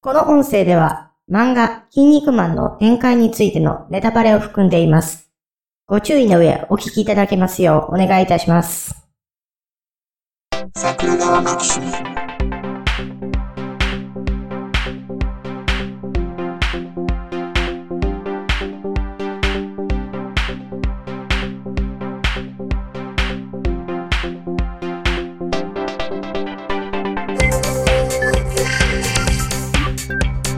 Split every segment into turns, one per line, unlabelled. この音声では漫画、筋肉マンの展開についてのネタバレを含んでいます。ご注意の上、お聞きいただけますようお願いいたします。
桜川マキシム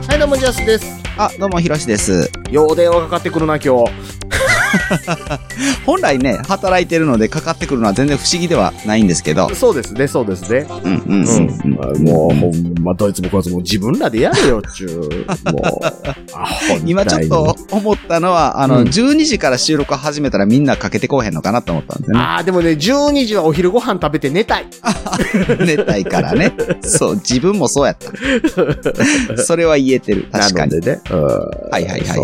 はい、どうも、ジャスです。
あ、どうも、ひろしです。
よう電話かかってくるな、今日。
本来ね、働いてるのでかかってくるのは全然不思議ではないんですけど。
そうですね、そうですね。
うんうん
うん。もう、ほんま、どいつもこいつも自分らでやれよ、っちゅう。もう、あ、ほん
今ちょっと思ったのは、あの、
うん
12時から収録始めたらみんなかけてこうへんのかなと思ったん ですよね。
ああ、でもね、12時はお昼ご飯食べて寝たい。
寝たいからね。そう、自分もそうや った。それは言えてる。確かに。
なのでね。うん。はい
はいはいはい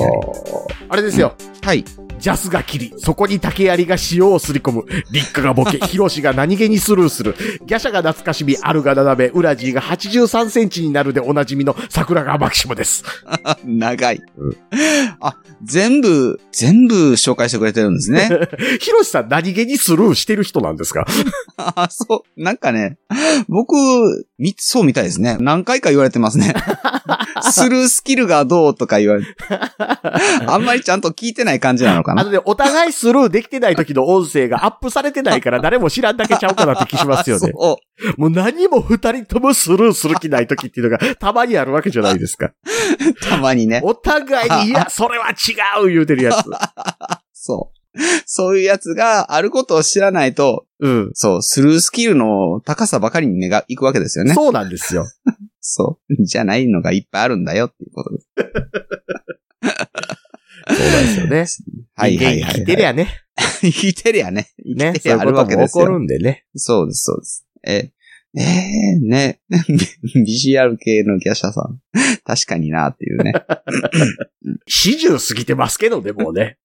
あれですよ。
はい。
ジャスが切り、そこに竹槍が塩をすり込む、立夏がボケ、ヒロシが何気にスルーする、ギャシャが懐かしみ、あるが斜め、ウラジーが83センチになるでおなじみの桜川マキシムです。
あ長い
うん。
あ、全部、全部紹介してくれてるんですね。
ヒロシさん何気にスルーしてる人なんですか
あ、そう。なんかね、僕、み、そうみたいですね。何回か言われてます ね。スルースキルがどうとか言われて。あんまりちゃんと聞いてない感じなのか
あ
な。
のね、お互いスルーできてない時の音声がアップされてない から誰も知らんだけちゃうかなって気しますよね。
そ
もう何も二人ともスルーする気ない時っていうのがたまにあるわけじゃないですか。
う。たまにね。
お互いに、いや、それは違う言うてるやつ。
そう。そういうやつがあることを知らないと、
うん。
そう、スルースキルの高さばかりに目が行くわけですよね。
そうなんですよ。
そう。じゃないのがいっぱいあるんだよっていうことです。
そうなんですよね。
はいはいはい、
人間生
はい
き。てりゃね。
生きてりゃね。
ね
生。きて
そ
りゃ
ういう
あ
こ
るわ
と
け
も
で
起
すよ
こ。るんでね。
そうです、そうです。え、ええね、 ビジュアル系のギャシャさん。確かになっていうね。
四十過ぎてますけどね、もうね。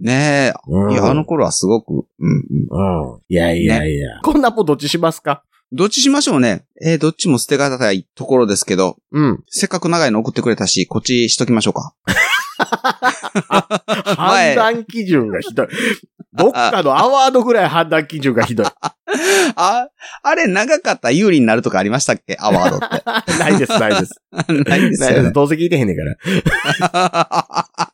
ねえ、いや、あの頃はすごく、うんうん。
うん。いやいやいや。こんなもんどっちしますか
どっちしましょうね。えーどっちも捨てがたいところですけど、
うん。
せっかく長いの送ってくれたし、こっちしときましょうか。
判断基準がひどい。どっかのアワードぐらい判断基準がひど い。
あ、あれ長かったら有利になるとかありましたっけアワードって。
ないです、ないです。
ないです
ない
よ
です。
ね。
どうせ聞いてへんねんから。
あ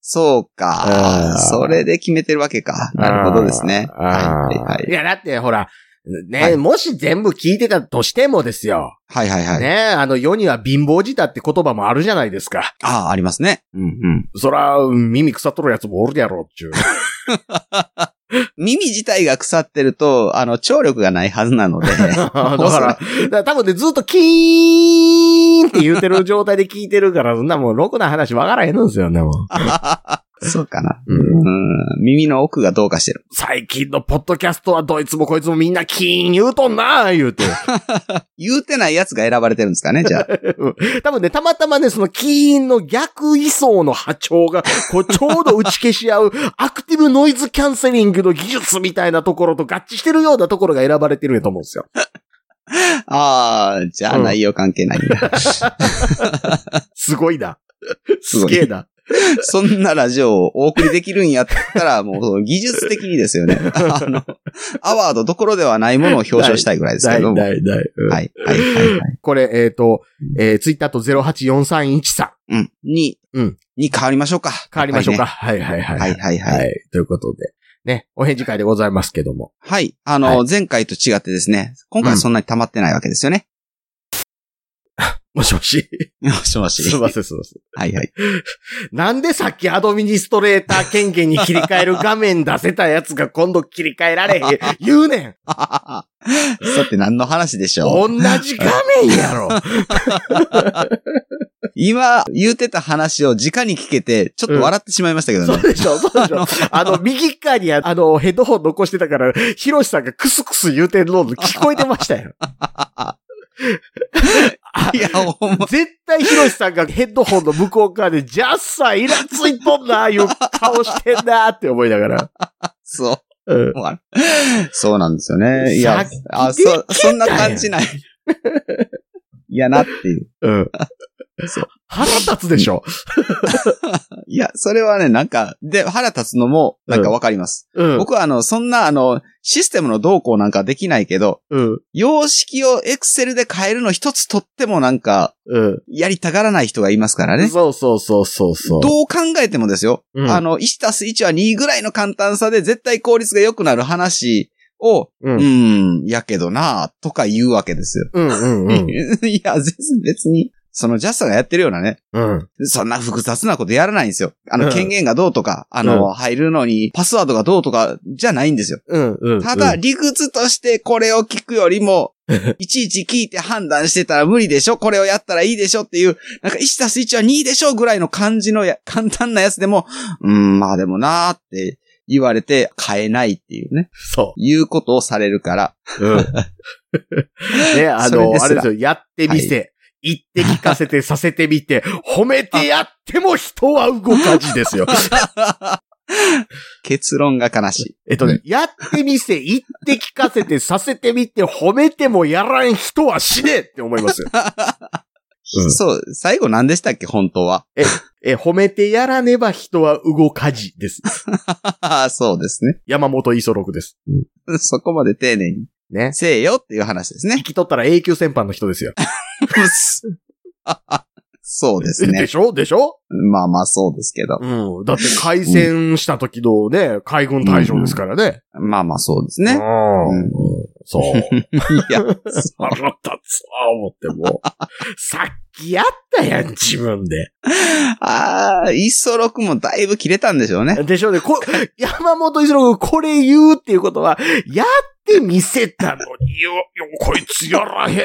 そう
あ
か。
ー
それで決めてるわけか。なるほどですね。
あー
はいはい
いや、だってほら、ね、
はい
もし全部聞いてたとしてもですよ。
はいはいはい。
ね、あの世には貧乏舌って言葉もあるじゃないですか。
ああ、ありますね。うんうん。
そら、耳腐っとるやつもおるやろっ ちゅう。
耳自体が腐ってると、あの、聴力がないはずなので。
だ
だ
から、だから多分ね、ずっとキーンって言うてる状態で聞いてるから、そんなもうろくな話わからへんのですよね、もう。
そうかな。
うん
うん。耳の奥がどうかしてる。
最近のポッドキャストはどいつもこいつもみんなキーン言うとんなー言うて。
言うてないやつが選ばれてるんですかね、じゃあ。
多分ね、たまたまね、そのキーンの逆位相の波長が、こう、ちょうど打ち消し合う、アクティブノイズキャンセリングの技術みたいなところと合致してるようなところが選ばれてるんやと思うんですよ。
ああ、じゃあ
うん
内容関係ないん だ。
すごいな。
す
す
ごい
げえな。
そんなラジオをお送りできるんやったら、もうその技術的にですよ ね。あの、アワードどころではないものを表彰したいぐらいですけども。はい、
いない。うん
はい、はい、はい。
これ、えっ、と、えー、ツイッターと08431 3
うん。に、
うん
に変わりましょうか。
変わりましょうか。はいはいは
や
い。
っぱりね。はい、はい、はい。
はい。ということで。ね、お返事会でございますけども。
はい。あの、前回と違ってですね、今回はそんなに溜まってないわけですよね。
もしも し。
もしもし
すいません、すいませ
は
ん。
いはい。
なんでさっきアドミニストレーター権限に切り替える画面出せたやつが今度切り替え られへん言うねん。
さて何の話でしょう
同じ画面やろ。
今言ってた話を直に聞けて、ちょっと笑ってしまいましたけどね。
そうでしょ、そうでしょ。あの、右側にあの、ヘッドホン残してたから、ヒロシさんがクスクス言うてるの聞こえてました よ。
いや、ほんま、
絶対ヒロシさんがヘッドホンの向こう側で、ジャッサーイラついとんな、いう顔してんなって思いながら。
そう。
うん
そうなんですよね。いや
さっき、
あ、そ、そんな
たやん
感じない。やなっていう。
うん
そう。
腹立つでしょ。
いや、それはね、なんか、で、腹立つのも、なんかわかります。
うん。
僕はあの、そんなあの、システムの動向なんかできないけど、
うん。
様式をエクセルで変えるの一つとってもなんか、
う
やりたがらない人がいますから
ん。
ね。
そうそうそうそうそう。
どう考えてもですよ。
うん
あの、1たす1は2ぐらいの簡単さで絶対効率が良くなる話を、う
う。
んーん、やけどな、とか言うわけですよ。
うんうんうん。
いや、別別に、そのジャスタがやってるようなね、
うん。
そんな複雑なことやらないんですよ。あ
う
の、
ん
権限がどうとか、あの、入るのにパスワードがどうとかじゃないんですよ。
うんうん。
ただ、、理屈としてこれを聞くより も、いちいち聞いて判断してたら無理でしょこれをやったらいいでしょっていう、なんか1たす1は2でしょぐらいの感じのや 簡単なやつでも、うーん、まあでもなーって言われて変えないっていうね、
そ
いうことをされるから。
う。うん。 ね、あ
それ
の、
ですら
あれですよ、やってみせ、言って聞かせてさせてみて、褒めてやっても人は動かじですよ。
結論が悲しい。
えっとね、やってみせ、言って聞かせてさせてみて、褒めてもやらん人は死ねえって思いますよ。うん
そう、最後何でしたっけ本当は。
え、褒めてやらねば人は動かじ です。
そうですね。
山本磯六です。
そこまで丁寧に
ね。
せえよっていう話です
生
ね。
きとったら永久戦犯の人 ですよ。
そうです
で
ね。
しょでしょ
まあまあそうですけど。
うん。だって開戦した時のね、海軍大将ですからね。
まあまあそうですね。
うん
うん
そう。
い や、
腹立つわ、思ってもう。 さっきやったやん、自分で。
ああ、イソロクもだいぶ切れたんでしょうね。
でしょうね。こ山本一郎君、これ言うっていうことは、やってみせたのに、よ、よ、こ いつやらへんな、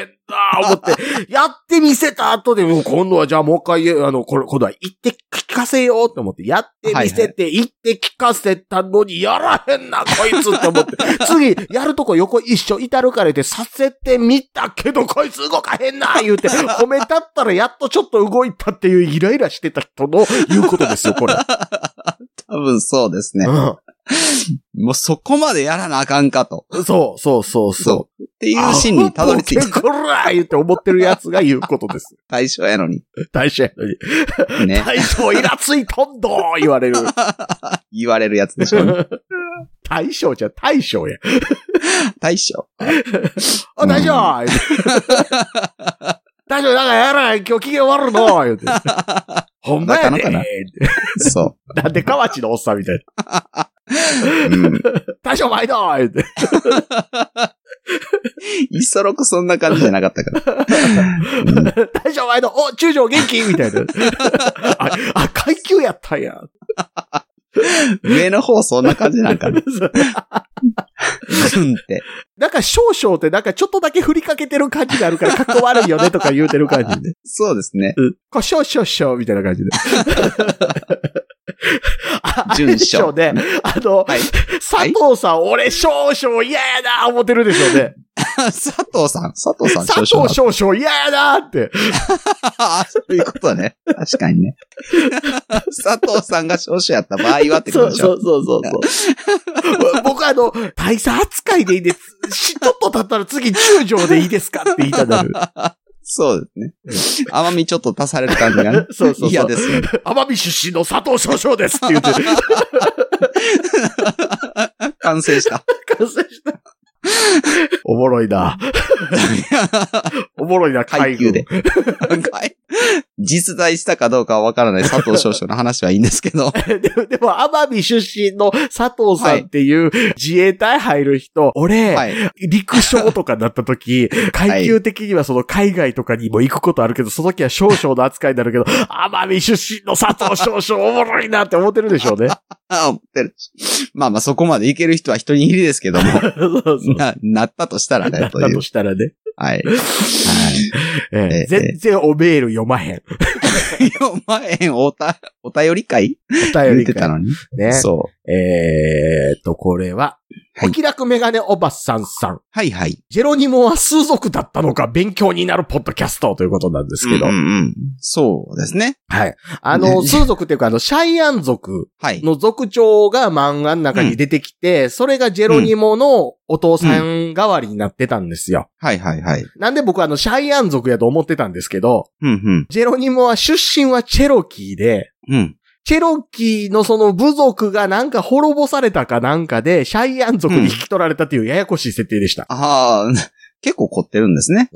思って。やってみせた後で、もう今度はじゃあもう一回言う、あの、これ、今度は言って聞かせようと思って、やってみせて、言って聞かせたのに、やらへんな、こいつって思 って。次、やるとこ横一緒至るかれて、させてみたけど、こいつ動かへんな、言うて、褒めたったらやっとちょっと動いたっていうイライラしてた人の言うことですよ、 これ。
多分そうですね。
う
もうそこまでやらなあかんかと。
ん。 そう、そう、そう、そう。
そう。っていうシーンにたどり着い
あほ
た
っぽけこらー言って思ってるやつが言うこ とです。
対象やのに。
大将やのに。
ね。
大将イラついとんどー言 われる。
言われるやつでしょうね。
大将じゃ大将や。
対象。
あ、大 将言うて大将なんかやらない今日機嫌悪るの言う て。ほんまや
なかなか
ね
そ
なんで河内のおっさんみたいな。
う。うん。
大将毎度言うて。
イソロクそんな感じじゃなかった から。
大将毎度、お、中将元気みた いな。あ、あ階級やったんや。
上の方そんな感じなんか な。うんって。
なんか少々ってなんかちょっとだけ振りかけてる感じがあるから、かっこ悪いよねとか言うてる感じで。
そうですね。
こう、少々少々みたいな感じで。あれ
順
でしょ
章
う。ね。 あの、
はい。
佐藤さん、俺少々嫌やな思ってるでしょうね。
佐藤さん。佐藤さん
佐
少
藤
々。
少々嫌やな って。
ああ、そういうことね。確かに ね。佐藤さんが少々やった場合はってこ
そ
と
う
でしょ
そうそうそうそう。僕あの、大佐扱いでいいです。しちょっと経ったら次中条でいいですかって言いたな る。。
そうですね。甘みちょっと足される感じがね
そうそうそう
嫌ですよね。
奄美出身の佐藤少々です って言って、
完成した。
完成した。おもろい な。おもろいな、
階
海
級
軍
で。。はい実在したかどうかはわからない佐藤少々の話はいいんですけど。
でも、奄美出身の佐藤さんっていう自衛隊入る人、俺、
はい。
陸将とかになっ た時、階級的にはその海外とかにも行くことあるけど、その時は少々の扱いになる けど、奄美出身の佐藤少々おもろいなって思ってるでしょ うね。
あ思ってるまあまあそこまでいける人は一握りですけ ども。
そうそう。
な、なったとしたら
だ
ね、
っ
と
た
い
と
う。
したらね。
はい。
ええ
ええ
全然おメール読まへん。
お前、おた、お便り会
お便
言っ
り
てた
か
のに。
ね。
そ
えーっと、これは、
はい
お気楽メガネおばさんさん。
はいはい。
ジェロニモは数族だったのか勉強になるポッドキャストということなんですけど。
うんうんうんそうですね。
はい。あの、
ね
数族っていうか、あの、シャイアン族
はい。
の族長が漫画の中に出てきて、それがジェロニモのお父さん代わりになってたんですよ。
はいはいはい。
なんで僕はあの、シャイアン族やと思ってたんですけど、
うん
ジェロニモは出身はチェロキーで、
うん。うん。
チェロキーのその部族がなんか滅ぼされたかなんかで、シャイアン族に引き取られたっていうややこしい設定でした。
ああ、 結構凝ってるんですね。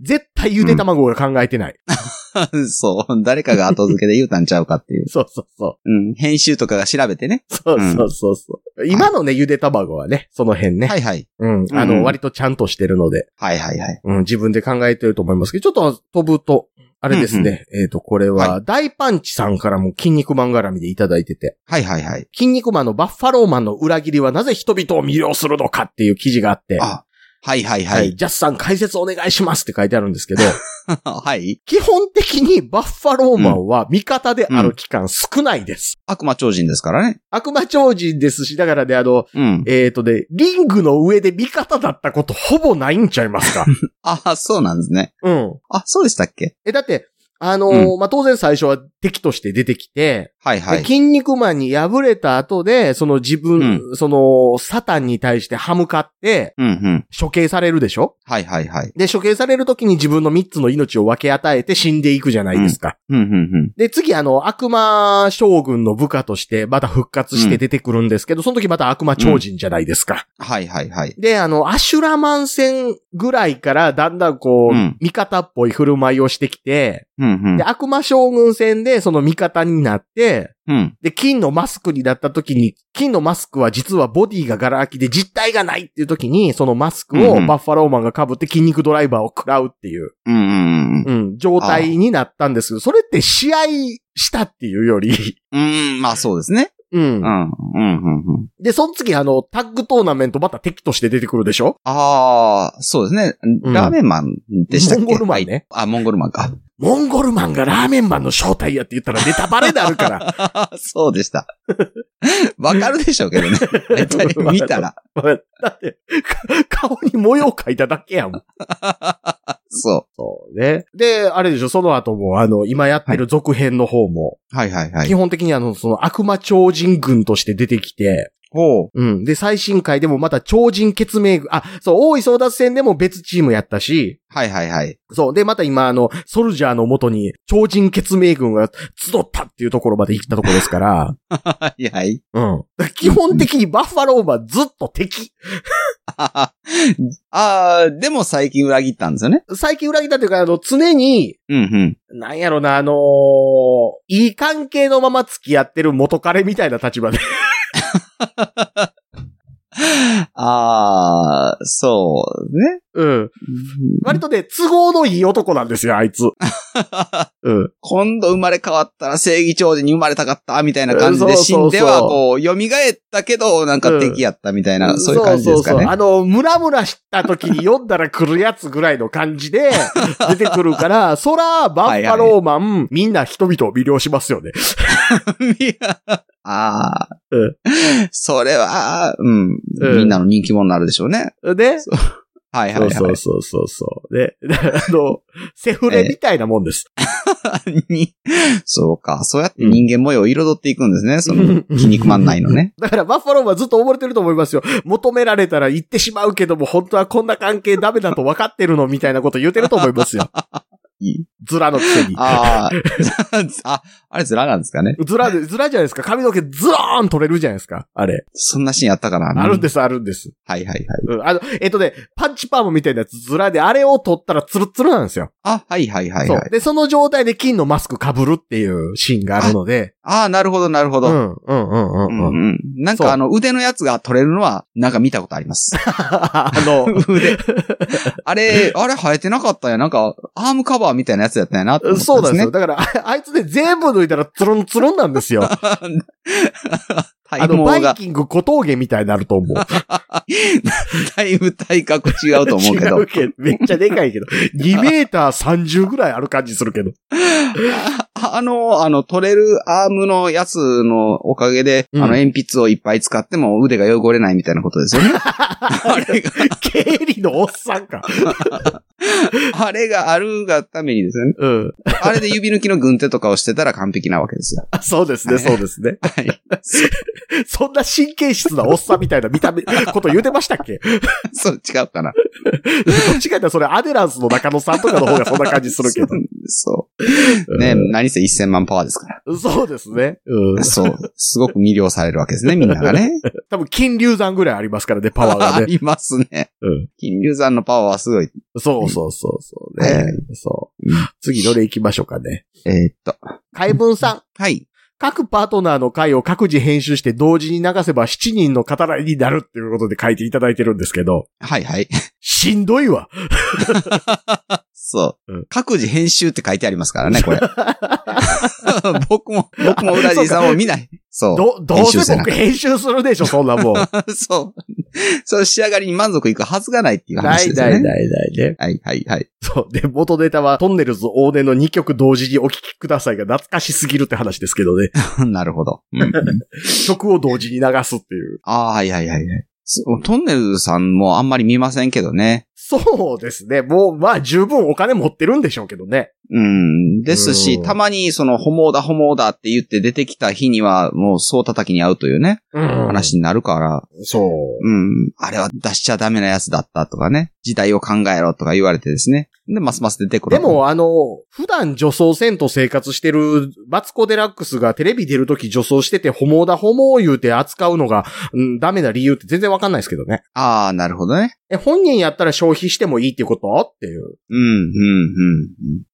絶対ゆで卵が考えてない。
そう。誰かが後付けで言うたんちゃうかっていう。
そうそうそ
うん。編集とかが調べてね。
う。そうそうそうそう。今のね、ゆで卵はね、その辺ね。
はいはい。
うん。あ
うん
の、割とちゃんとしてるので、
はいはいはい。
うん、自分で考えてると思いますけど、ちょっと飛ぶと、あれですね。えっ、と、これ
は
は、大パンチさんからも筋肉マン絡みでいただいてて、
はいはいはい。
筋肉マンのバッファローマンの裏切りはなぜ人々を魅了するのかっていう記事があって、
あ、はいはい
は、
はいい。
ジャスさん解説お願いしますって書いてあるんですけど、
はい。
基本的にバッファローマンは味方である期間少ないです。
悪魔超人ですからね。
悪魔超人ですし、だからね、あの、
うん。
えっ、とね、リングの上で味方だったことほぼないんちゃいますか。
あそうなんですね。
うん。
あ、そうでしたっけ
え、だって、あのーまあ、当然最初は敵として出てきて、
はいは
で
い。
筋肉マンに敗れた後で、その自分、その、サタンに対して歯向かって、
うんうん。
処刑されるでしょ
はいはいはい。
で、処刑される時に自分の3つの命を分け与えて死んでいくじゃないですか。
うんうん
で、次、あの、悪魔将軍の部下として、また復活して出てくるんですけど、その時また悪魔超人じゃないですか。
うん。はいはいはい。
で、あの、アシュラマン戦ぐらいから、だんだんこう、
うん
味方っぽい振る舞いをしてきて、
うんうん
で、。悪魔将軍戦でその味方になって、
うん。
で、金のマスクになった時に、金のマスクは実はボディがガラ空きで実体がないっていう時に、そのマスク
う
を
んうん
バッファローマンが被って筋肉ドライバーを食らうっていう、
うんうんうん。
うん、状態になったんですけど、それって試合したっていうより、
うん、まあそうですね。
う ん
う。ん。うんうんうん。
で、その次、あの、タッグトーナメントまた敵として出てくるでしょ
ああ、そうですね。
うん
ラーメンマンでしたっけ、
モンゴルマンね
はいあ、モンゴルマンか。
モンゴルマンがラーメンマンの正体やって言ったらネタバレになる から。
そうでした。 わかるでしょうけ どね。大体見たら。
だって、か顔に模様描いただけやもん。
そ
そうね。で、あれでしょ、その後も、あの、今やってる続編の方も、
う。はいはいは
基
い。
本的にあの、その悪魔超人軍として出てきて、
ほう。
うん。で、最新回でもまた超人決明軍、あ、そう、大井争奪戦でも別チームやったし、
はいはいはい。
そう。で、また今、あの、ソルジャーの元に、超人決明軍が集ったっていうところまで行ったところで すから、
はいはい。
うん。基本的にバッファローマンずっと敵。
ああー、でも最近裏切ったんですよね。
最近裏切ったというか、あの、常に、
うんうん。
なんやろな、あのーいい関係のまま付き合ってる元彼みたいな立場で。
ああ、そうね。
うん。割とね、都合のいい男なんですよ、あい つ。うん。
今度生まれ変わったら正義長人に生まれたかった、みたいな感じ
う
で
んそう
死
そ
ん
うそう
では、こう、蘇ったけど、なんか敵やったみたいな、そういう感じですか
そうそうそう
ね。
あの、ムラムラした時に読んだら来るやつぐらいの感じ で出てくるから、そら、バッファローマン、みんな人々を魅了しますよね。
いや ああ
うん。
それは、うん。
うん
みんなの人気者になるでしょうね。
ね。
そはいは
そ
いう
そ
は
うそうそうそう。ね。 あの、セフレみたいなもんです。
い。に そうか。そうやって人間模様を彩っていくんですね。その、 筋肉マン内のね。
だから、バッファローマンずっと溺れてると思いますよ。求められたら言ってしまうけども、本当はこんな関係ダメだと分かってるのみたいなこと言ってると思いますよ。 ズラのくせに。
ああ、 あ、あれズラなんですかね。
ズラで、ズラじゃないですか。髪の毛ズローン取れるじゃないですか。あれ。
そんなシーンあったかな。
あるんですす、あるんです。
はいはいはい。
うん。あの、えっとね、パンチパームみたいなやつズラで、あれを取ったらツルツルなんですよ。
あ、はいはいはい
そ
は
う。
い。
で、その状態で金のマスク被るっていうシーンがあるので。
ああ、なるほどなるほ
う
ど。
ん、うん、うん、
うん
う、うん。
んうんなん
そう
かあの、腕のやつが取れるのは、なんか見たことあり ます。
あ の、
腕。あれ、あれ生えてなかったんや。なんか、アームカバーみたいなやつやったんやなって思った
そ
ん
う
です
なんです
ね
よ。。だから、ああいつで全部抜いたらツルンツルンなんですよ。
はい、
あの、
も
バ
う
イ
が、
キング小峠みたいになると思う。
だいぶ体格違うと思うけ
違
ど
う。けど。めっちゃでかいけど。2メーター30ぐらいある感じする けど。
ああの、あの、取れるアームのやつのおかげで、
うん
あの、鉛筆をいっぱい使っても腕が汚れないみたいなことです よね。あれが、
経理のおっさんか。
あれがあるがためにですね。
うん。
あれで指抜きの軍手とかをしてたら完璧なわけですよ。
あ そうですね、そうですね。
はい。
そんな神経質なおっさんみたいな見た目、こと言うてましたっけ
そう、違うかな。
どっちかってそれアデランスの中野さんとかの方がそんな感じする けど。
そう。ね、何せ1000万パワーですから。
うんそうですね。うん。
そう。すごく魅了されるわけですね、みんながね。
多分、金流山ぐらいあり ますからね、パワーが
あ
ね。
りますね。
うん。
金龍山のパワーはすごい。
そうそうそうそうね。
はい
そう
うん。
次どれ行きましょうかね。
えーっと。
海文さん。
はい。
各パートナーの回を各自編集して同時に流せば7人の語らいになるっていうことで書いていただいてるんですけど、
はいはい。
しんどいわ。
そう、
うん
各自編集って書いてありますから ね、これ。僕も、僕も裏地さんも見ない。そ
ど、どう
編集せ
せ
な
僕編集するでしょ、そんな もん。
う。そう。そう、仕上がりに満足いくはずがないっていう
な
話
い
ですよ
な
ね。
いないないね。
はいはいはい。
そう。で、元ネタはトンネルズ往年の2曲同時にお聴きくださいが懐かしすぎるって話ですけど ね。
なるほど。うん
曲を同時に流すっていう。
ああ、はいはいはいはい。そうトンネルズさんもあんまり見ませんけどね。
そうですね。もう、まあ十分お金持ってるんでしょうけどね。
うん。です
う
し、
ん
たまにその、ホモーダホモーダって言って出てきた日には、もうそう叩きに合うというね、
うん。
話になるから、
そう。
うん。あれは出しちゃダメなやつだったとかね。時代を考えろとか言われてですね。で、ますます出てくる。
で、も、あの、普段女装せんと生活してる、マツコ・デラックスがテレビ出るとき女装してて、ホモだホモ言うて扱うのが、うん、ダメな理由って全然わかんないですけどね。
ああ、なるほどね。
え、本人やったら消費してもいいってことっていう。
うん、うん、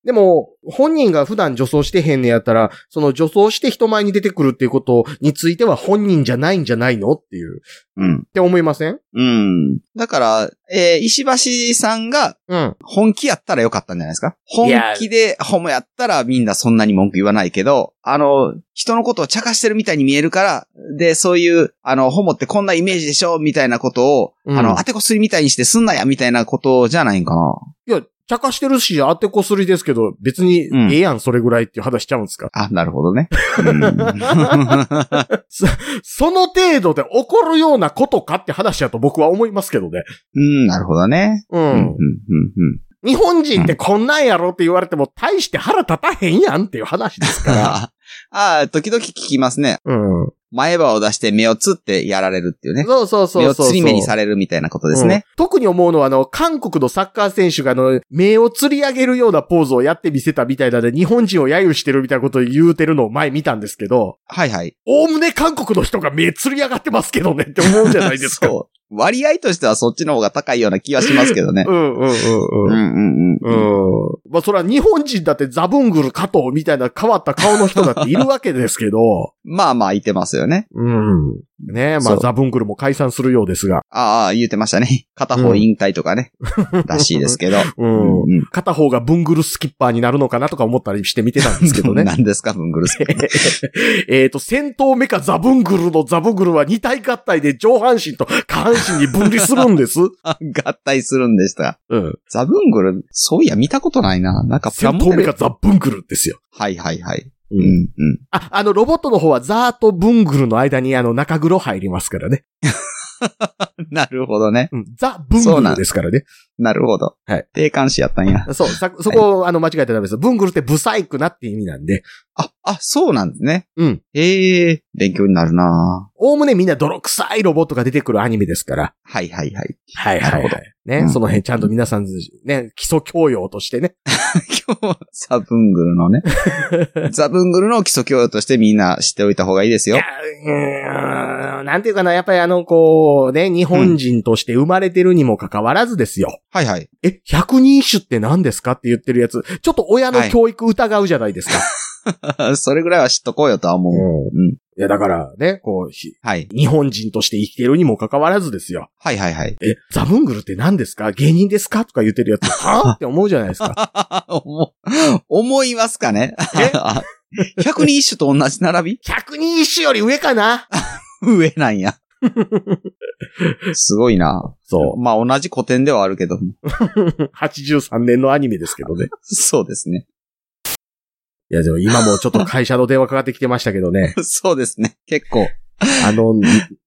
でも、本人が普段女装してへんねやったら、その女装して人前に出てくるっていうことについては本人じゃないんじゃないのっていう。っ
うん。うん。
て思いません
うん。だから、えー石橋さんが
うん。
本気やったらよかったんじゃないですか
い
本
や
気でホモやったらみんなそんなに文句言わないけど、あの、人のことを茶化してるみたいに見えるから、で、そういう、あの、ホモってこんなイメージでしょみたいなことを、
うん
あの、当てこすりみたいにしてすんなやみたいなことじゃないんかな。
いや、茶化してるし、当てこすりですけど、別に
うん
ええやん、それぐらいっていう話しちゃうんですか、
あ、なるほどね。 うん
その程度で怒るようなことかって話だと僕は思いますけどね。
うん、なるほどね。
う。
うんん、うん、うん、
日本人ってこんなんやろって言われても、大して腹立たへんやんっていう話です
うん。
か
ああ、時々聞きますね。
ら。うん。
前歯を出して目をつってやられるっていうね。
そうそうそうそうそう。
目をつり目にされるみたいなことですね。
うん特に思うのは、あの、韓国のサッカー選手が、あの、目を釣り上げるようなポーズをやってみせたみたいなので、日本人を揶揄してるみたいなことを言うてるのを前見たんですけ ど、
はいはい。
おおむね韓国の人が目釣り上がってますけどねって思うんじゃないですか。
そう。割合としてはそっちの方が高いような気はしますけどね。
うんうんうん
うん
う。
うんん
う
うん。
ん。まあ、それは日本人だってザブングル加藤みたいな変わった顔の人だっているわけですけど、
まあまあ言ってますよね。
うん。ねえ、ま
そ
あ、
う
ザブングルも解散するようですが、
ああ、言ってましたね。片方引退とかね。らしいですけど。
う。
うんん。
片方がブングルスキッパーになるのかなとか思ったりして見てたんですけど ね。
何ですか、ブングルス。
えっと、戦闘メカザブングルのザブングルは二体合体で上半身と下半身に分離するん です。
合体するんでした。
うん。
ザブングル、そういや見たことないな。なんかプラ
戦
モ
闘
デ
メ
ル
カ。ザブングルですよ。
はいはいはい。
う
うん。うん。
あ、あの、ロボットの方はザーとブングルの間にあの中黒入りますからね。
なるほどね。
うん。ザ・ブン
そう
グ
なん
ルですからね。
なるほど。
はい。
定冠詞やったんや。
そう、さそこ、あの、間違えたらダメです。ブングルってブサイクなって意味なんで。
あ、あ、そうなんですね。
うん。
ええ勉強になるな
おおむねみんな泥臭いロボットが出てくるアニメですから。
はいはいはい。
はい
はいはい
ね、
うん
その辺ちゃんと皆さん、ね、基礎教養としてね。
今日はザブングル のね。ザブングルの基礎教養としてみんな知っておいた方がいいです
い
よ
や。、うーん、なんていうかな、やっぱりあの、こう、ね、日本人として生まれてるにもかかわらずですよ。
はいはい。
え、百人一首って何ですかって言ってるやつ、ちょっと親の
はい
教育疑うじゃないですか。
それぐらいは 知っとこうよとは思 う。
うん
うん。
いや、だからね、こう、ひ
はい。
日本人として生きてるにもかかわらずですよ。。
はいはいはい
え、ザブングルって何ですか芸人ですかとか言ってるやつ、はぁって思うじゃないです か。
思思いますかね
え
?100 人一首と同じ並び
百人一首より上かな
上なんや。すごいな。
そ
まあ同じ古典ではあるけども。
う。83年のアニメですけどね。
そうですね。
いや、でも今もちょっと会社の電話かかってきてましたけどね。
そうですね。結構。
あの、ん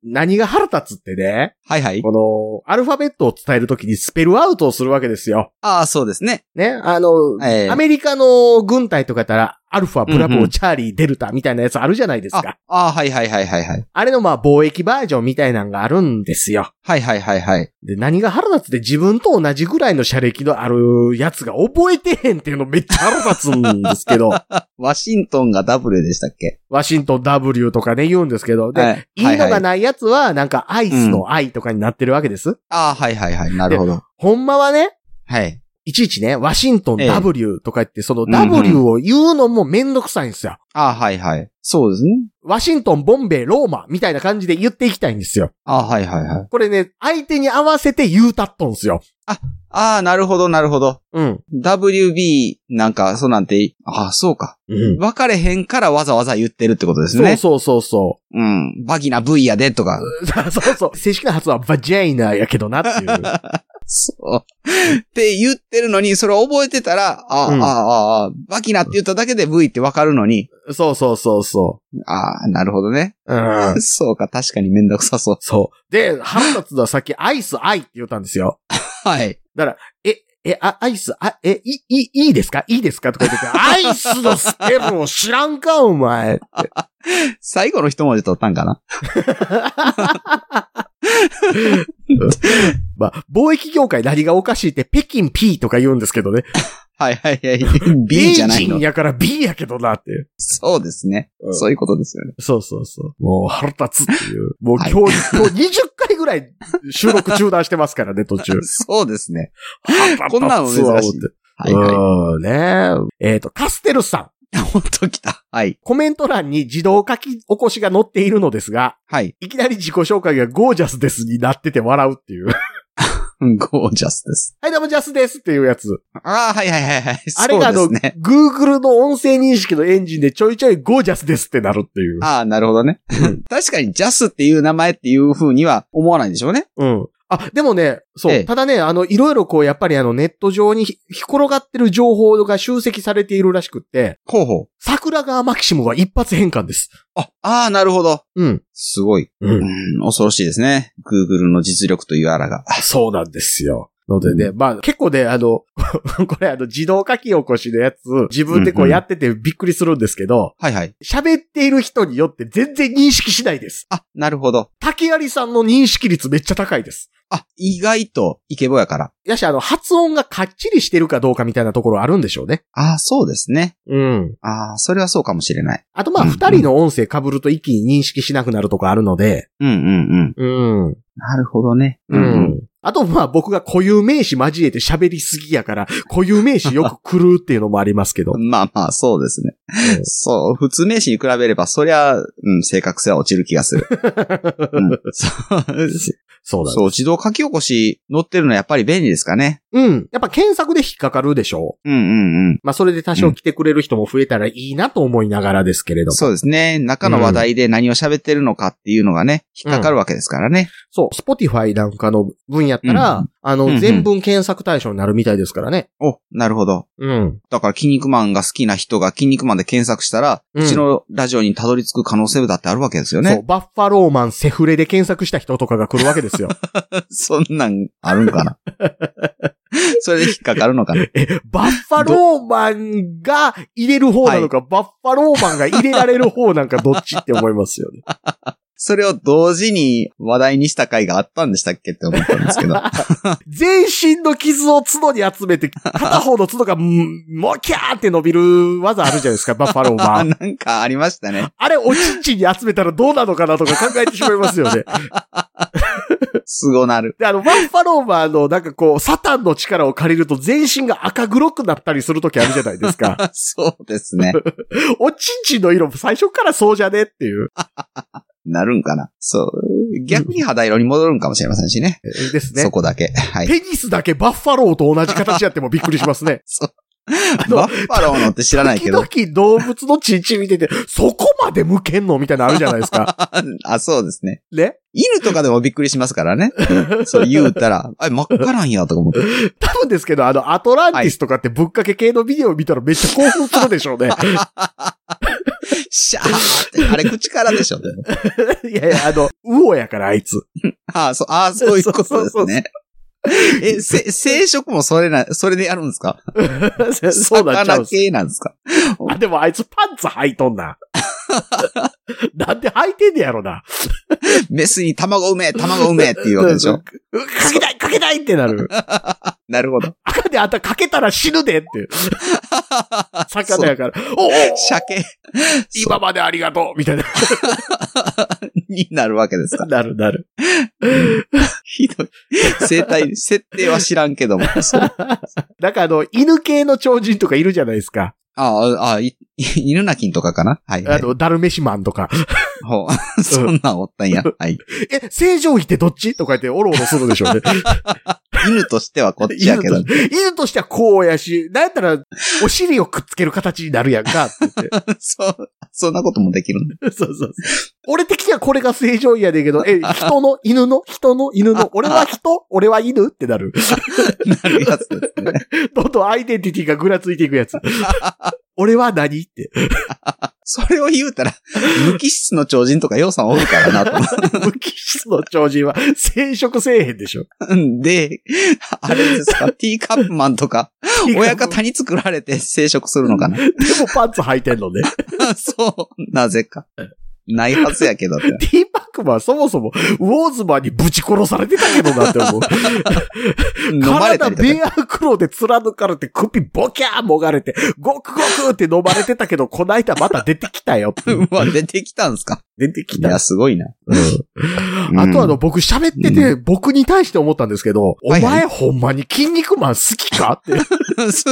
何が腹立つってね、
はいはい。
この、アルファベットを伝えるときにスペルアウトをするわけですよ。
ああ、そうですね。
ね、あの、
えー
アメリカの軍隊とかやったら、アルファ、ブラボー、
うんうん
チャーリー、デルタみたいなやつあるじゃないです
あ
か。、
あーはいはいはいはいはい。
あれのまあ貿易バージョンみたいなのがあるんですよ。
はいはいはいはい。
で、何が腹立つって自分と同じぐらいの車歴のあるやつが覚えてへんっていうのめっちゃ腹立つんですけ ど、
ワシントンがダブルでしたっけ
ワシントン W とかね言うんですけど、で、
はい
い、いの
は
が
いはい。
ないやつはなんかアイスの愛とかになってるわけです。
ああ、はいはいはい。なるほど。
ほんまはね、
はい。
いちいちね、ワシントン
ええ
W とか言って、その
うんうん
W を言うのもめんどくさいんですよ。
ああ、はいはい。そうですね。
ワシントン、ボンベイ、ローマみたいな感じで言っていきたいんですよ。
ああ、はいはいはい。
これね、相手に合わせて言うたっとんすよ。
ああ、なるほどなるほど。
うん。
WB なんか、そうなんて、ああ、そうか。
うん。
分かれへんからわざわざ言ってるってことですね。
そうそうそうそ
うん。バギな V やでとか。
う。 そうそう。正式な発音はバジェイナーやけどなっていう。
そう。って言ってるのに、それを覚えてたら、あ、
うん
あ、あ、あ、バキナって言っただけで V ってわかるのに、
そうそうそうそ
ああ、なるほどね。
う。うん。
そうか、確かにめんどくさそう。
そう。で、腹立つのはさっきアイスアイって言ったんですよ。
はい。
え、あ、アイス、あ、え、い、い、いいですかいいですかとか言ってて、 アイスのスペルを知らんか、お前。
最後の一文字取ったんかな
まあ、貿易業界何がおかしいって、北京 P とか言うんですけどね。
はいはい はい。B じゃない
ベイジン
の。
やから B やけどなって。
そうですね、
うん
そういうことですよね。
そうそうそう。もう腹立つっていう。もう今
はい
日、今日20回ぐらい収録中断してますからね、途中。
そうですね。
こ
こんなの珍しいはいは
うん、ねえ。えっ、と、カステルさ
い。
ん。
ほんと来た。はい。
コメント欄に自動書き起こしが載っているのですが、
はい。
いきなり自己紹介がゴージャスですになってて笑うっていう。
うんゴージャスです。
はい、どうもジャスですっていうやつ。
ああ、はいはいはいはい。
あれがあ
そ
の、
うですね。
Google の音声認識のエンジンでちょいちょいゴージャスですってなるっていう。
ああ、なるほどね。確かにジャスっていう名前っていう風には思わないんでしょうね。
うん。あ、でもね、そう。
ええ
ただね、あの、いろいろこう、やっぱりあの、ネット上にひひ転がってる情報が集積されているらしくって、
ほうほう。
桜川マキシムは一発変換です。
あ、ああ、なるほど。
うん。
すごい。
う
う。ん、恐ろしいですね。Google の実力というあらが。
そうなんですよ。のでね、まあ、結構ね、あの、 これあの、自動書き起こしのやつ、自分でこ
うん
う
うん
やっててびっくりするんですけど、
はいはい。
喋っている人によって全然認識しないです。
あ、なるほど。
竹有さんの認識率めっちゃ高いです。
あ、意外とイケボやから。
やし、あの、発音がかっちりしてるかどうかみたいなところあるんでしょうね。
ああ、そうですね。
うん。
ああ、それはそうかもしれない。
あとまあ、
うん
二人の音声被ると一気に認識しなくなるとかあるので。
うんうんうん。
うん。
なるほどね。
うん。あとまあ、僕が固有名詞交えて喋りすぎやから、固有名詞よく狂うっていうのもありますけど
う。ん。まあまあ、そうですね
う。ん
そう、普通名詞に比べれば、そりゃ、うん、正確性は落ちる気がする。うん、そう
そうだ
そう、
ね。
自動書き起こし乗ってるのはやっぱり便利ですかね。
うん。やっぱ検索で引っかかるでしょう。
うんうんうん。
まあ、それで多少来てくれる人も増えたらいいなと思いながらですけれども。
そうですね。中の話題で何を喋ってるのかっていうのがね、引っかかるわけですからね。
そう、スポティファイなんかの分やったら、
うん
あ
うんう
の、
ん
全文検索対象になるみたいですからね。
お、なるほど。
うん。
だから、筋肉マンが好きな人が筋肉マンで検索したら、
う
うんちのラジオにたどり着く可能性だってあるわけですよ
そう、
ね。
バッファローマンセフレで検索した人とかが来るわけ ですよ。
そんなんあるんかな。 それで引っかかるのかな。
え、バッファローマンが入れる方なのか、バッファローマンが入れられる方なんかどっちって思いますよね。
それを同時に話題にした回があったんでしたっけって思ったんです けど。
全身の傷を角に集めて、片方の角が、んもキャーって伸びる技あるじゃないですか、バッファローマ
あ、
ン。
なんかありましたね。
あれ、おちんちんに集めたらどうなのかなとか考えてしまいますよ ね。
すごなる。
で、あの、バッファローマンの、なんかこう、サタンの力を借りると全身が赤黒くなったりするときあるじゃないですか。
そうですね。
おちんちんの色も最初からそうじゃねっていう。
なるんかな。そう。逆に肌色に戻るんかもしれませんしね。
ですね
そ。こだけ。はい。。
ペニスだけバッファローと同じ形やってもびっくりしますね の
バッファローのって知らないけど。
時々動物のチンチン見てて、そこまで向けんのみたいなのあるじゃないで すか。
あ、そうですね。
ね
犬とかでもびっくりしますから ね。そう言うたら、あ、真っ赤なんや、とか思って。
多分ですけど、あの、アトランティスとかってぶっかけ系のビデオ見たらめっちゃ興奮するでしょうね。
シャーって、あれ口からでしょ、でも
いやいや、あの、ウオやから、あい つ。
ああ、そう、ああ、そういうことです
そうそうそう
ね。え、せ、生殖もそれな、それでやるんですか
そうなっちゃ
魚
うんです。
系なんですか
あ、でもあいつパンツ履いとんな。 なんで履いてんねやろな。
メスに卵産め、卵産めっていうわけでしょ
かけない、かけないってなる。
なるほど。
赤であんたかけたら死ぬでって。 魚やから。おお
鮭
今までありがとうみたいな。
になるわけですか。
なるなる。
ひどい。生 態、設定は知らんけども。そう
なんかあの、犬系の超人とかいるじゃないですか。
ああ、あい犬なきんとかかなはい、は
あ
い。
の、ダルメシマンとか。
ほうそんなんおったんや。はい。
え、正常位ってどっちとか言っておろおろするでしょう ね。
犬としてはこっちやけど。
犬としてはこうやし、なんやったら、お尻をくっつける形になるやん か、って言って。
そう、そんなこともできるんだ。
そうそうそう。俺的にはこれが正常位やねんけど、 え、人の犬の人の犬の、俺は人俺は犬ってな る。
なるやつですね。
どんどんアイデンティティがぐらついていくや つ。俺は何って。
それを言うたら、無機質の超人とかようさんおるからなと思
無機質の超人は生殖せえへんでしょ。
うんで、あれです か、ティーカップマンとか、親方に作られて生殖するのかな。
でもパンツ履いてんのね。
そう、なぜ か。ないはずやけどって。
ティーパックマンそもそもウォーズマンにぶち殺されてたけどなって思う。
飲まれた
体
りとか。
ベアクロで貫かれて首ボキャーもがれて、ゴクゴクって飲まれてたけど、こないだまた出てきたよっていう。
うわ、出てきたんすか
出てき
い
た
や、。すごいな。うん
あとあの、僕喋ってて、僕に対して思ったんですけど、お
はいは
前ほんまに筋肉マン好きかって。
ツ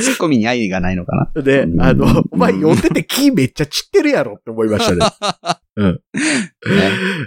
ッコミに愛がないのかな。
で
う、ん
あの、お前呼んでて木めっちゃ散ってるやろって思いましたね。
ね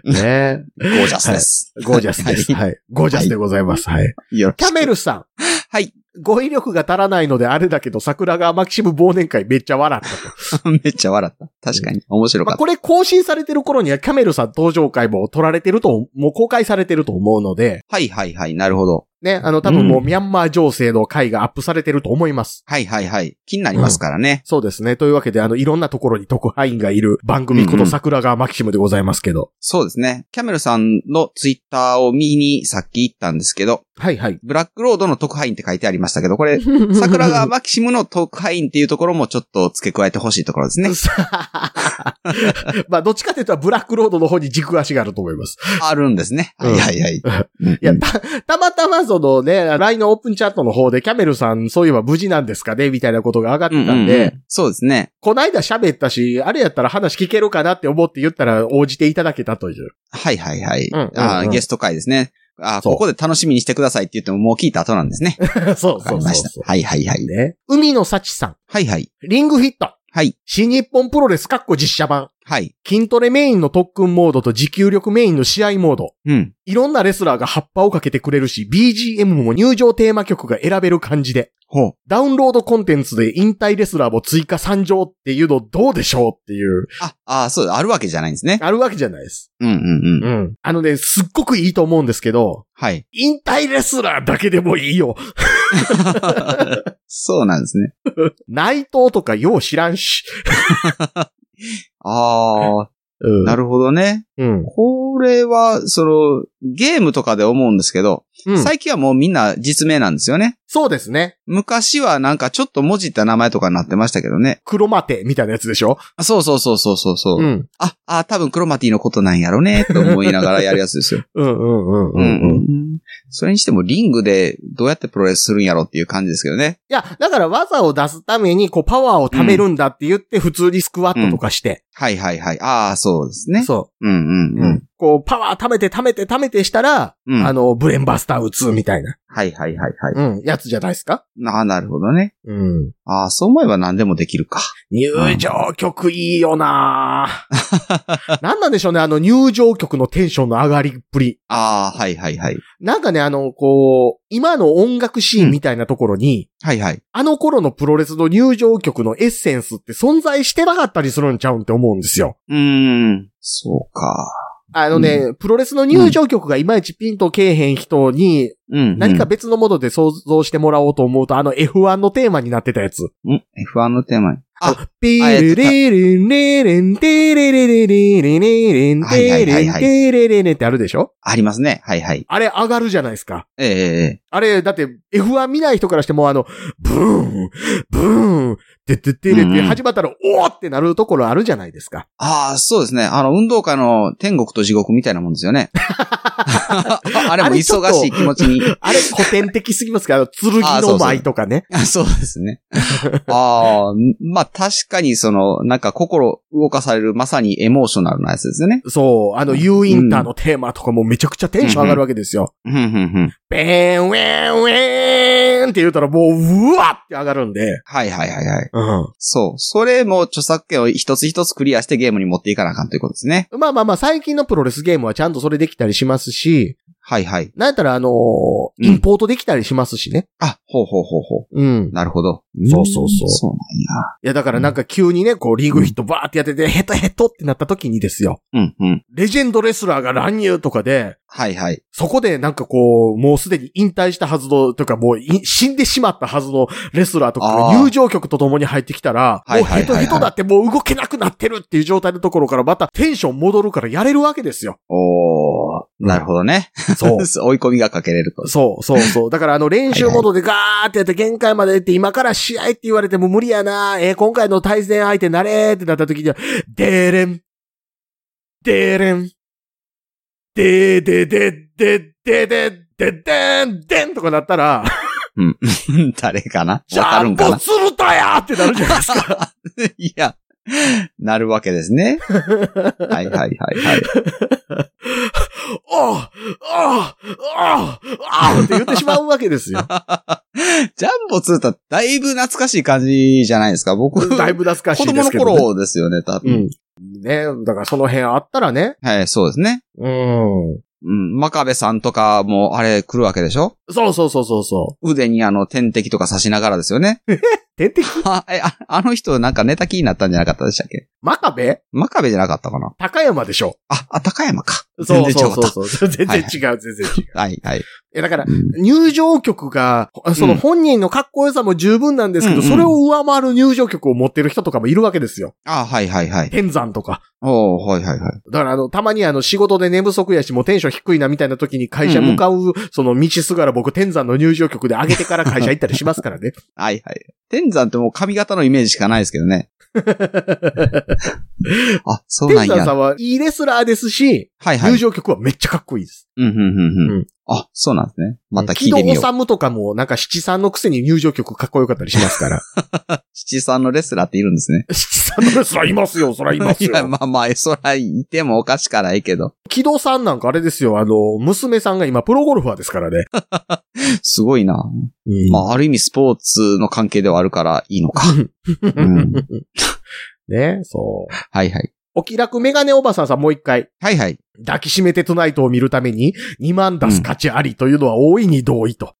ね
ゴージャスです。
ゴージャスです。
は
はい。ゴージャスでございます。はい。
い。よろ
キ
し
ャ
く
メルさん。
はい。
語彙力が足らないのであれだけど、桜川マキシム忘年会めっちゃ笑った と。
めっちゃ笑った。確かに。面白か
まあ、
った。
これ更新されてる頃にはキャメルさん登場回も撮られてると、もう公開されてると思うので、
はいはいはい。なるほど。
ね、あの多分もううんミャンマー情勢の回がアップされてると思います。
はいはいはい。気になりますからね。
そうですね。というわけで、あの、いろんなところに特派員がいる番組こ
うんう
と
ん
桜川マキシムでございますけど。
そうですね。キャメルさんのツイッターを見にさっき行ったんですけど、
はいはい。
ブラックロードの特派員って書いてありましたけど、 これ、桜川マキシムの特派員っていうところもちょっと付け加えてほしいところですね。
まあ、どっちかというと、ブラックロードの方に軸足があると思います。
あるんですね。
う
は
ん
いはいはい。
いや、た、たまたまそのね、LINE のオープンチャットの方で、キャメルさん、そういえば無事なんですかねみたいなことが上がっ
うんうん
て
う
たん
ん
で、
そうですね。
こないだ喋ったし、あれやったら話聞けるかなって思って言ったら応じていただけたという。
はいはいはい。
うんうんうん
あーゲスト会ですね。あー
そう
ここで楽しみにしてくださいって言ってももう聞いた後なんですね。
そう
わか
そ
り
う
ま
そう
した
そ。
はいはいは
う。
い。
ね。海の幸さん、
はいはい。
リングフィット、
はい。
新日本プロレスかっこ実写版、
はい。
筋トレメインの特訓モードと持久力メインの試合モード、
うん。
いろんなレスラーが葉っぱをかけてくれるし、BGM も入場テーマ曲が選べる感じで、
ほう。
ダウンロードコンテンツで引退レスラーも追加参上っていうのどうでしょうっていう、
あ、あーそう、あるわけじゃないんですね。
あるわけじゃないです。
うんうんうん。
ん。あのね、すっごくいいと思うんですけど、
はい。
引退レスラーだけでもいいよ。
そうなんですね。
内藤とかよう知らんし。
ああ、
うん
なるほどね。
うん。
これは、その、ゲームとかで思うんですけど、
うん
最近はもうみんな実名なんですよね。
そうですね。
昔はなんかちょっと文字った名前とかになってましたけどね。
黒マテみたいなやつでしょ
あそうそうそうそうそうそう。
ん。
あ、あ、多分クロマティのことなんやろ ね、と思いながらやるやつですよ。
うんうんうんうんうん。い
ん。それにしてもリングでどうやってプロレスするんやろっていう感じですけどね。
や、だから技を出すために、こう、パワーを貯めるんだって言って、普通にスクワットとかして。
はいはいはい。ああ、そうですね。
そ
うんうんうん。
う。こう、パワー貯めて貯めて貯めてしたら、
うん。
あの、ブレンバスター打つみたいな、
はいはいはいはい。
うん、やつじゃないですか
ああ、なるほどね。
うん。
ああ、そう思えば何でもできるか。
入場曲いいよなぁなんなんでしょうね、あの入場曲のテンションの上がりっぷり。
ああ、はいはいはい。
なんかね、あの、こう、今の音楽シーンみたいなところに、
はいはい。
あの頃のプロレスの入場曲のエッセンスって存在してなかったりするんちゃうんって思うんですよ。
うーん。そうか。
あのね、プロレスの入場曲がいまいちピンとけえへん人に、
うん、うん。
何か別のもので想像してもらおうと思うと、あの F1 のテーマになってたやつ。
うん。F1 のテーマに。あ、
ピ
あやって
ー
た
レレンレレンテレレレレレレンテレレンテレレレンってあるでしょ
ありますね。はいはい。
あれ上がるじゃないですか。
えええ
あれ、だって F1 見ない人からしてもあの、ブーン、ブーン、てててれって始まったら、おーってなるところあるじゃないですか。
ああ、そうですね。あの、運動会の天国と地獄みたいなもんですよ ね。あれも忙しい気持ち に。
あれ古典的すぎますから、剣
あそうそ
の
う
舞とかね。
あそうですね。ああ、まあ確かにその、なんか心動かされるまさにエモーショナルなやつですよね。
そう、あの U インターのテーマとかもめちゃくちゃテンション上がるわけですよ。
うん、うん、うん。
ベーン、ウェーン、ウェーンって言うたらもう、うわって上がるんで。
はいはいはいはい。
う
そう。それも著作権を一つ一つクリアしてゲームに持っていかなあかんということですね。
ん。まあまあまあ、最近のプロレスゲームはちゃんとそれできたりしますし、
はいはい。
なんやったらあの
うん
インポートできたりしますしね。
あ、ほうほうほうほ
うん
う。。なるほど。
そうそうそうん
そうなん
いやだからなんか急にね、こうリーグヒットバーってやってて、ヘトヘトってなった時にですよ。
や。うんうん。
レジェンドレスラーが乱入とかで、
はいはい。
そこでなんかこう、もうすでに引退したはずの、とかもうい死んでしまったはずのレスラーとか
あ
が
ー
入場曲とともに入ってきたら、
はいはいはいはい
もうヘトヘトだってもう動けなくなってるっていう状態のところからまたテンション戻るからやれるわけで すよ。
おー、なるほどね。
そ う。
追い込みがかけれる と。
そうそうそう。だからあの練習モードでガーってやって限界まで行って今から試合って言われても無理やなえー今回の対戦相手なれーってなった時には、でーれん。でーれん。でーでーでーでーでーでーでーでーんでーんとかなったら、
うん。誰かな
ジ
わか
ャ
るん
ン
か
ボ
な
鶴田やーってなるじゃないですか。
いや、なるわけです ね。はいはいはいはい。
おうおうおうおうって言ってしまうわけですよ。
ジャンボ2とだいぶ懐かしい感じじゃないですか。僕、
だいぶ懐かし
子
いで
供
す
の
けど、ね。
頃ですよね、多分。
うん。ねだからその辺あったらね。
はい、そうですね。
うん。
うん。真壁さんとかも、あれ、来るわけでしょ
そうそうそうそうそう。
腕にあの、点滴とか刺しながらですよ ね。
天敵
あ、え、ああの人なんか寝た気になったんじゃなかったでしたっけ
真壁
真壁じゃなかったかな
高山でしょ。
あ、あ、高山か。
そう
全然
そ
違
う
かった
そうそう。全然違う、全然違う。い
はい、はい。
や、だから、
うん
入場曲が、その
うん
本人のかっこよさも十分なんですけど、
うんうん
それを上回る入場曲を持ってる人とかもいるわけですよ。
あ、はい、はい、はい。
天山とか。
おー、はい、はい、はい。
だから、あの、たまにあの、仕事で寝不足やし、もうテンション低いなみたいな時に会社向かう、その道すがら僕、天山の入場曲で上げてから会社行ったりしますからね。
はい、はい。天山ってもう髪型のイメージしかないですけどね。あ、そうな
天
んや。
山さんはいいレスラーですし、
はい、はい
入。場曲はめっちゃかっこいいです。
うん、うん、うん、
う
うんん。あ、そうなんですね。また聞いてみよ
木
う。
戸治とかも、なんか七三のくせに入場曲かっこよかったりしま すから。
七三のレスラーっているんですね。
七三のレスラーいますよ、そらいま す
いや、
よ。
まあまあ、そらいてもおかしかないけど。
木戸さんなんかあれですよ、あの、娘さんが今プロゴルファーですからね。
すごいな。まあ、ある意味スポーツの関係ではあるからいいのか。うん
ね、そう。
はいはい。
お気楽メガネおばさんさんもう一回。
はいはい。
抱きしめてトゥナイトを見るために2万出す価値ありというのは大いに同意と。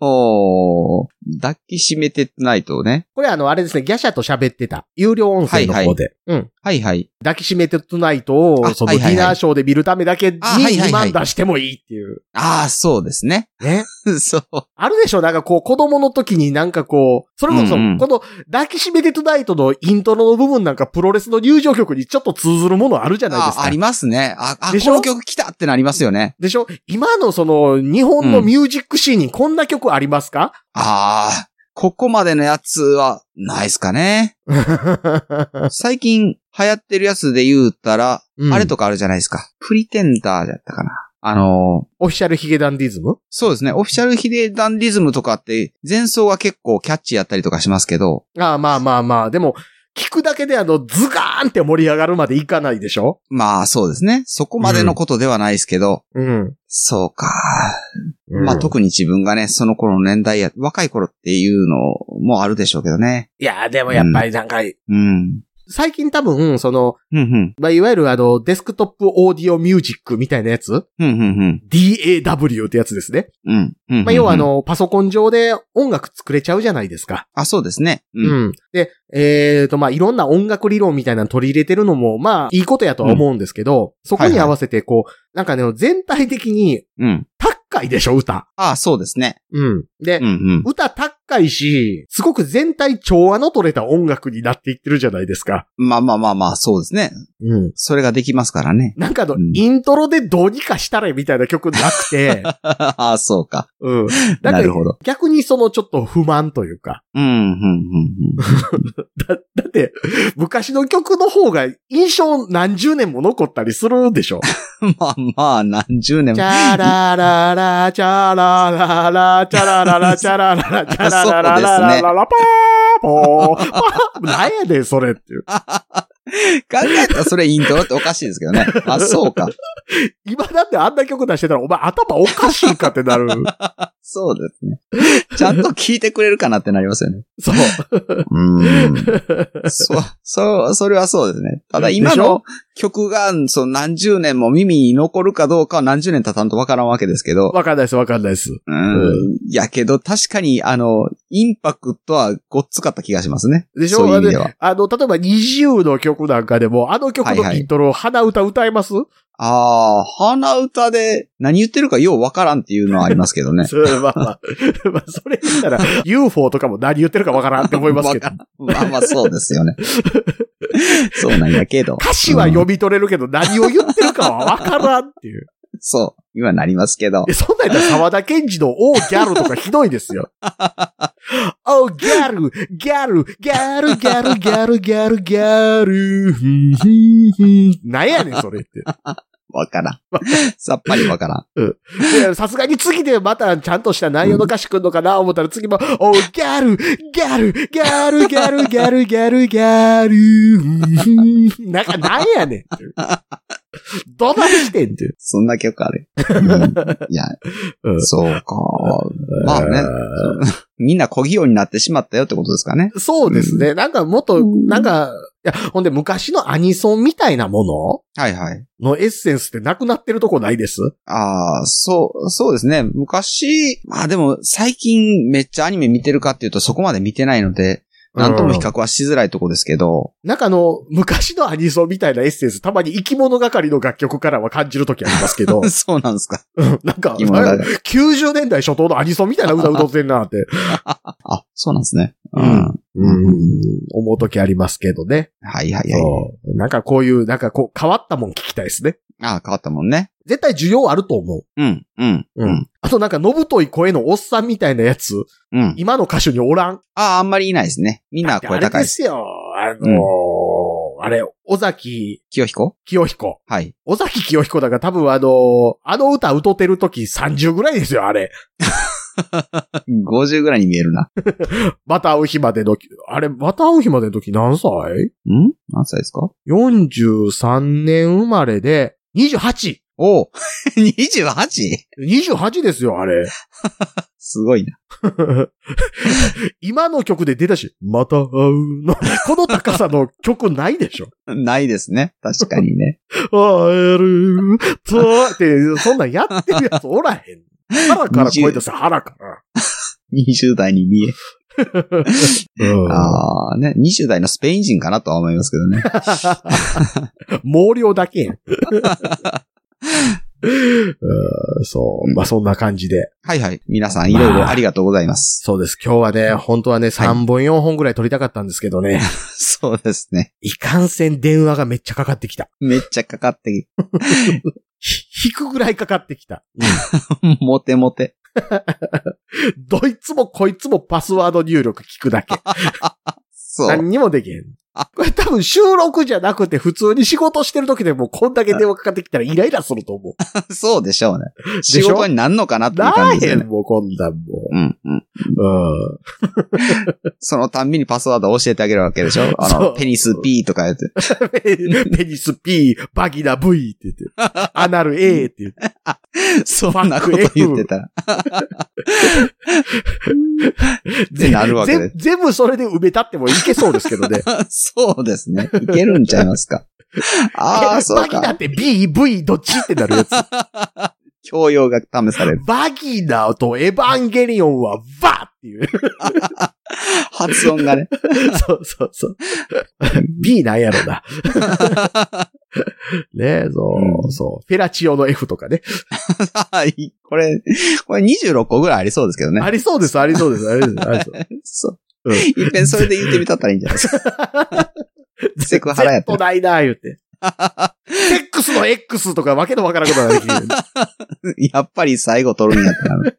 おー抱きしめてないとね。
これあの、あれですね、ギャシャと喋ってた。有料音声の方で。うん。
はいはい。
抱きしめてトゥナイトを、
あ
その
は
デ
いはいはい
ィナーショーで見るためだけに
あはいはいはい
2万出してもいいっていう。
ああ、そうですね。
ね。
そう。
あるでしょなんかこう、子供の時になんかこう、それこそ、
うんうん
この、抱きしめてトゥナイトのイントロの部分なんかプロレスの入場曲にちょっと通ずるものあるじゃないで
あ
す
あ
か
り。ますね。あ、あ、こ
でしょ
の曲来たってなりますよね。
でしょ今のその、日本のミュージックシーンにこんな曲ありますか、
ああ、ここまでのやつは、ないっすかね。最近流行ってるやつで言うたら、
うん
あれとかあるじゃないですか。プリテンダーだったかな。あのー
オフィシャルヒゲダンディズム
そうですね。オフィシャルヒデダンディズムとかって、前奏が結構キャッチーやったりとかしますけど、
ああ、まあまあまあ、でも、聞くだけであの、ズガーンって盛り上がるまでいかないでしょ
まあそうですね。そこまでのことではないですけど、
うん。
そうか。まあ特に自分がね、その頃の年代や、若い頃っていうのもあるでしょうけどね。
いや、でもやっぱりなんか、
うん。
最近多分、その、
ふんふん。
まあ、いわゆるあの、デスクトップオーディオミュージックみたいなやつ
ふんふんふん。
?DAW ってやつですね。
うん。うん
まあ、要はあ、の、パソコン上で音楽作れちゃうじゃないですか。
あ、そうですね。う。
うんん。で、えっ、と、まあ、いろんな音楽理論みたいなの取り入れてるのも、まあ、いいことやとは思うんですけど、そこに合わせて、こう、なんかね、全体的に、
うん。
高いでしょ、歌。
あ、そうですね。
うん。で、
うんうん。
歌高いし、すごく全体調和の取れた音楽になっていってるじゃないですか。
まあまあまあまあ、そうですね。
うん。
それができますからね。
なんかあの、
うん
イントロでどうにかしたれみたいな曲なく て、
ああ、そうか。
うん。だか
な
ら
るほど。
逆にそのちょっと不満というか、
うん、うん、うん。
だ、だって、昔の曲の方が印象何十年も残ったりするでしょ。
うん まあまあ、何十年
チ
も。
ャラララ、チャラララ、チャラララ、チャラララ、チャララララララララ、パーポー、パー、なんやねん、それっていう。
考えたらそれイントロっておかしいですけどね。あ、そうか。
今だってあんな曲出してたら、お前頭おかしいかってなる。
そうですね。ちゃんと聞いてくれるかなってなりますよね。
そう。
うん。 そう、そう、それはそうですね。ただ今
でしょ
の曲が、その何十年も耳に残るかどうかは何十年経たんとわからんわけですけど。
わかんないです、わかんないです。
うん。やけど、確かに、あの、インパクトはごっつかった気がしますね。
でしょ
そういう意味では。
あの、例えば20の曲なんかでも、あの曲のイントロ、鼻歌歌えます
ああ、鼻歌で何言ってるかようわからんっていうのはありますけどね。
そうまあまあ、まあ、それ言ったら UFO とかも何言ってるかわからんって思いますけど
わ。まあまあそうです よね。そうなんやけど。
歌詞は読み取れるけど何を言ってるかはわからんっていう。
そう。今なりますけど
い。やそんなんやったら沢田賢治のオーギャルとかひどいですよ。オーギャル、ギャル、ギャル、ギャル、ギャル、ギャル、ギャル、ふんふんふんなんやねん、それって。
わから ん。さっぱりわからん。
でさすがに次でまたちゃんとした内容の歌詞くんのかな思ったら次も、おギャル、ギャル、ギャル、ギャル、ギャル、ギャル、ギャル、うんふんなんかなんやねんっていう。どないしてんっていう。
そんな曲あ る。うんいや、
うん
そうか。まあね。みんな小器用になってしまったよってことですかね。
そうですね。なんかもっと、
うん
なんか、いや、ほんで昔のアニソンみたいなも
はいはい。
ののエッセンスってなくなってるとこないです
ああ、そう、そうですね。昔、まあでも最近めっちゃアニメ見てるかっていうとそこまで見てないので、なんとも比較はしづらいとこですけど、、
なんかあの、昔のアニソンみたいなエッセンス、たまに生き物係の楽曲からは感じるときありますけ ど
そうなん ですか。
うんなんか、
今だ
90年代初頭のアニソンみたいな歌歌ってんなって、
あ、そうなんですね。う。
うんうん、思うときありますけどね。
はいはいはい。
そう。なんかこういう、なんかこう、変わったもん聞きたいですね。
ああ、変わったもんね。
絶対需要あると思う。
うん、うん、
う
うんん。
あとなんか、のぶとい声のおっさんみたいなやつ、
うん。
今の歌手におらん。
ああ、あんまりいないですね。みんな
あ
声
れ
高い
で
です。
すよ。あのーあれ、尾崎
清彦
清彦。
はい。
尾崎清彦だから多分あのーあの歌歌ってるとき30ぐらいですよ、あれ。
50ぐらいに見えるな。
また会う日までの、あれ、また会う日までの時何歳
ん何歳ですか
?43 年生まれで、28。
おう !28!
28ですよ、あれ。
すごいな。
今の曲で出たし、また会うの。この高さの曲ないでしょ。
ないですね。確かに ね。
会える、と、って、そんなんやってるやつおらへん。腹から声出せ、腹から。
20代に見え。
うん
ああ、ね。20代のスペイン人かなとは思いますけどね。
毛量だけやん。 うんそう。まあ、そんな感じで。
はいはい。皆さんいろいろありがとうございます。
そうです。今日はね、本当はね、3本4本ぐらい撮りたかったんですけどね。
そうですね。
いかんせん電話がめっちゃかかってきた。
めっちゃかかって、
ひ引くぐらいかかってきた。
モテモテ。
どいつもこいつもパスワード入力聞くだけ。
そう。
何にもできへん。これ多分収録じゃなくて普通に仕事してる時でもこんだけ電話かかってきたらイライラすると 思 う。
そうでしょうね。
しょ
仕事になんのかなっていう
なら
感じで
へ
す
ん
ね。
もうこんなんも
うん、うん。
う。うん。
そのたんびにパスワードを教えてあげるわけでしょあ
そ
の、
う
ペニス P とか言っ て。
ペニス P、バギナ V って言って、アナル A って言って、
そんなこと言ってたら。 ってなるわけで
ぜ全部それで埋めたってもいけそうですけどね。
そうですね。いけるんちゃいます か。 ああ、そ
バ
う
ギナ
か。
って B、V どっちってなる やつ。
教養が試される。
バギナとエヴァンゲリオンはバって いう。
発音がね。
そうそうそう。B なんやろ な。ねえ、そう、
うん
そう。フェラチオの F とかね。
はいこれ、これ26個ぐらいありそうですけどね。
ありそうです、ありそうです、ありそうですあり そう。
そうう。
ん
いっぺんそれで言ってみたったらいいんじゃないですか。 セクハラやって
と
る。
ないな、言 うて。X の X とかわけのわからんことができる。
やっぱり最後取るんやってなる。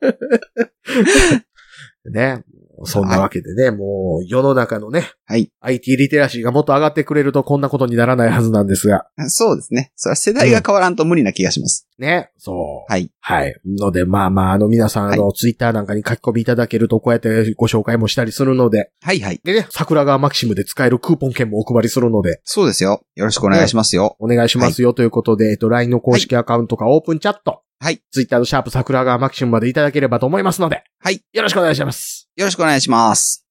ね。そんなわけでね、もう世の中のね、
はい。
IT リテラシーがもっと上がってくれるとこんなことにならないはずなんですが、
そうですね。それは世代が変わらんと無理な気がします。
ね。そう。
はい。
はい。ので、まあまあ、あの皆さん、あの、ツイッターなんかに書き込みいただけると、こうやってご紹介もしたりするので、
はいはい。
でね、桜川マキシムで使えるクーポン券もお配りするので、
そうですよ。よろしくお願いしますよ。
お願いしますよということで、えっと、LINE の公式アカウントかオープンチャット。
はい。
ツイッターのシャープ桜川マキシムまでいただければと思いますので。
はい。
よろしくお願いします。
よろしくお願いします。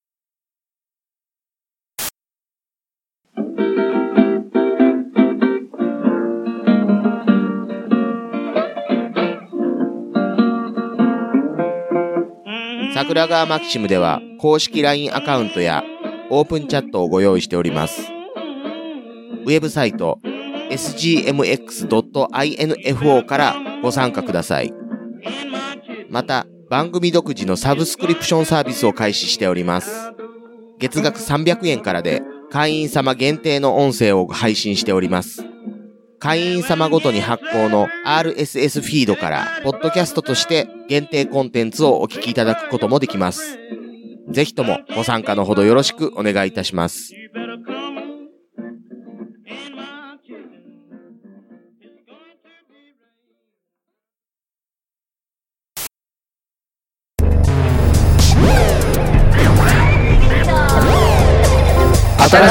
桜川マキシムでは公式 LINE アカウントやオープンチャットをご用意しておりますウェブサイト sgmx.info からご参加くださいまた番組独自のサブスクリプションサービスを開始しております月額300円からで会員様限定の音声を配信しております会員様ごとに発行の RSS フィードから、ポッドキャストとして限定コンテンツをお聞きいただくこともできます。ぜひともご参加のほどよろしくお願いいたします。
新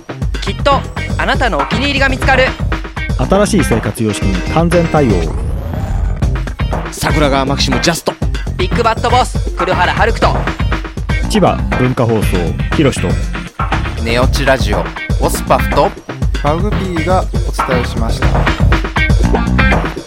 きっとあなたのお気に入りが見つかる
新しい生活様式に完全対応
桜川マキシムジャスト。
ビッグバットボス黒原遥人
千葉文化放送ひろしと
ネオチラジオオスパフと
マグピーがお伝えしました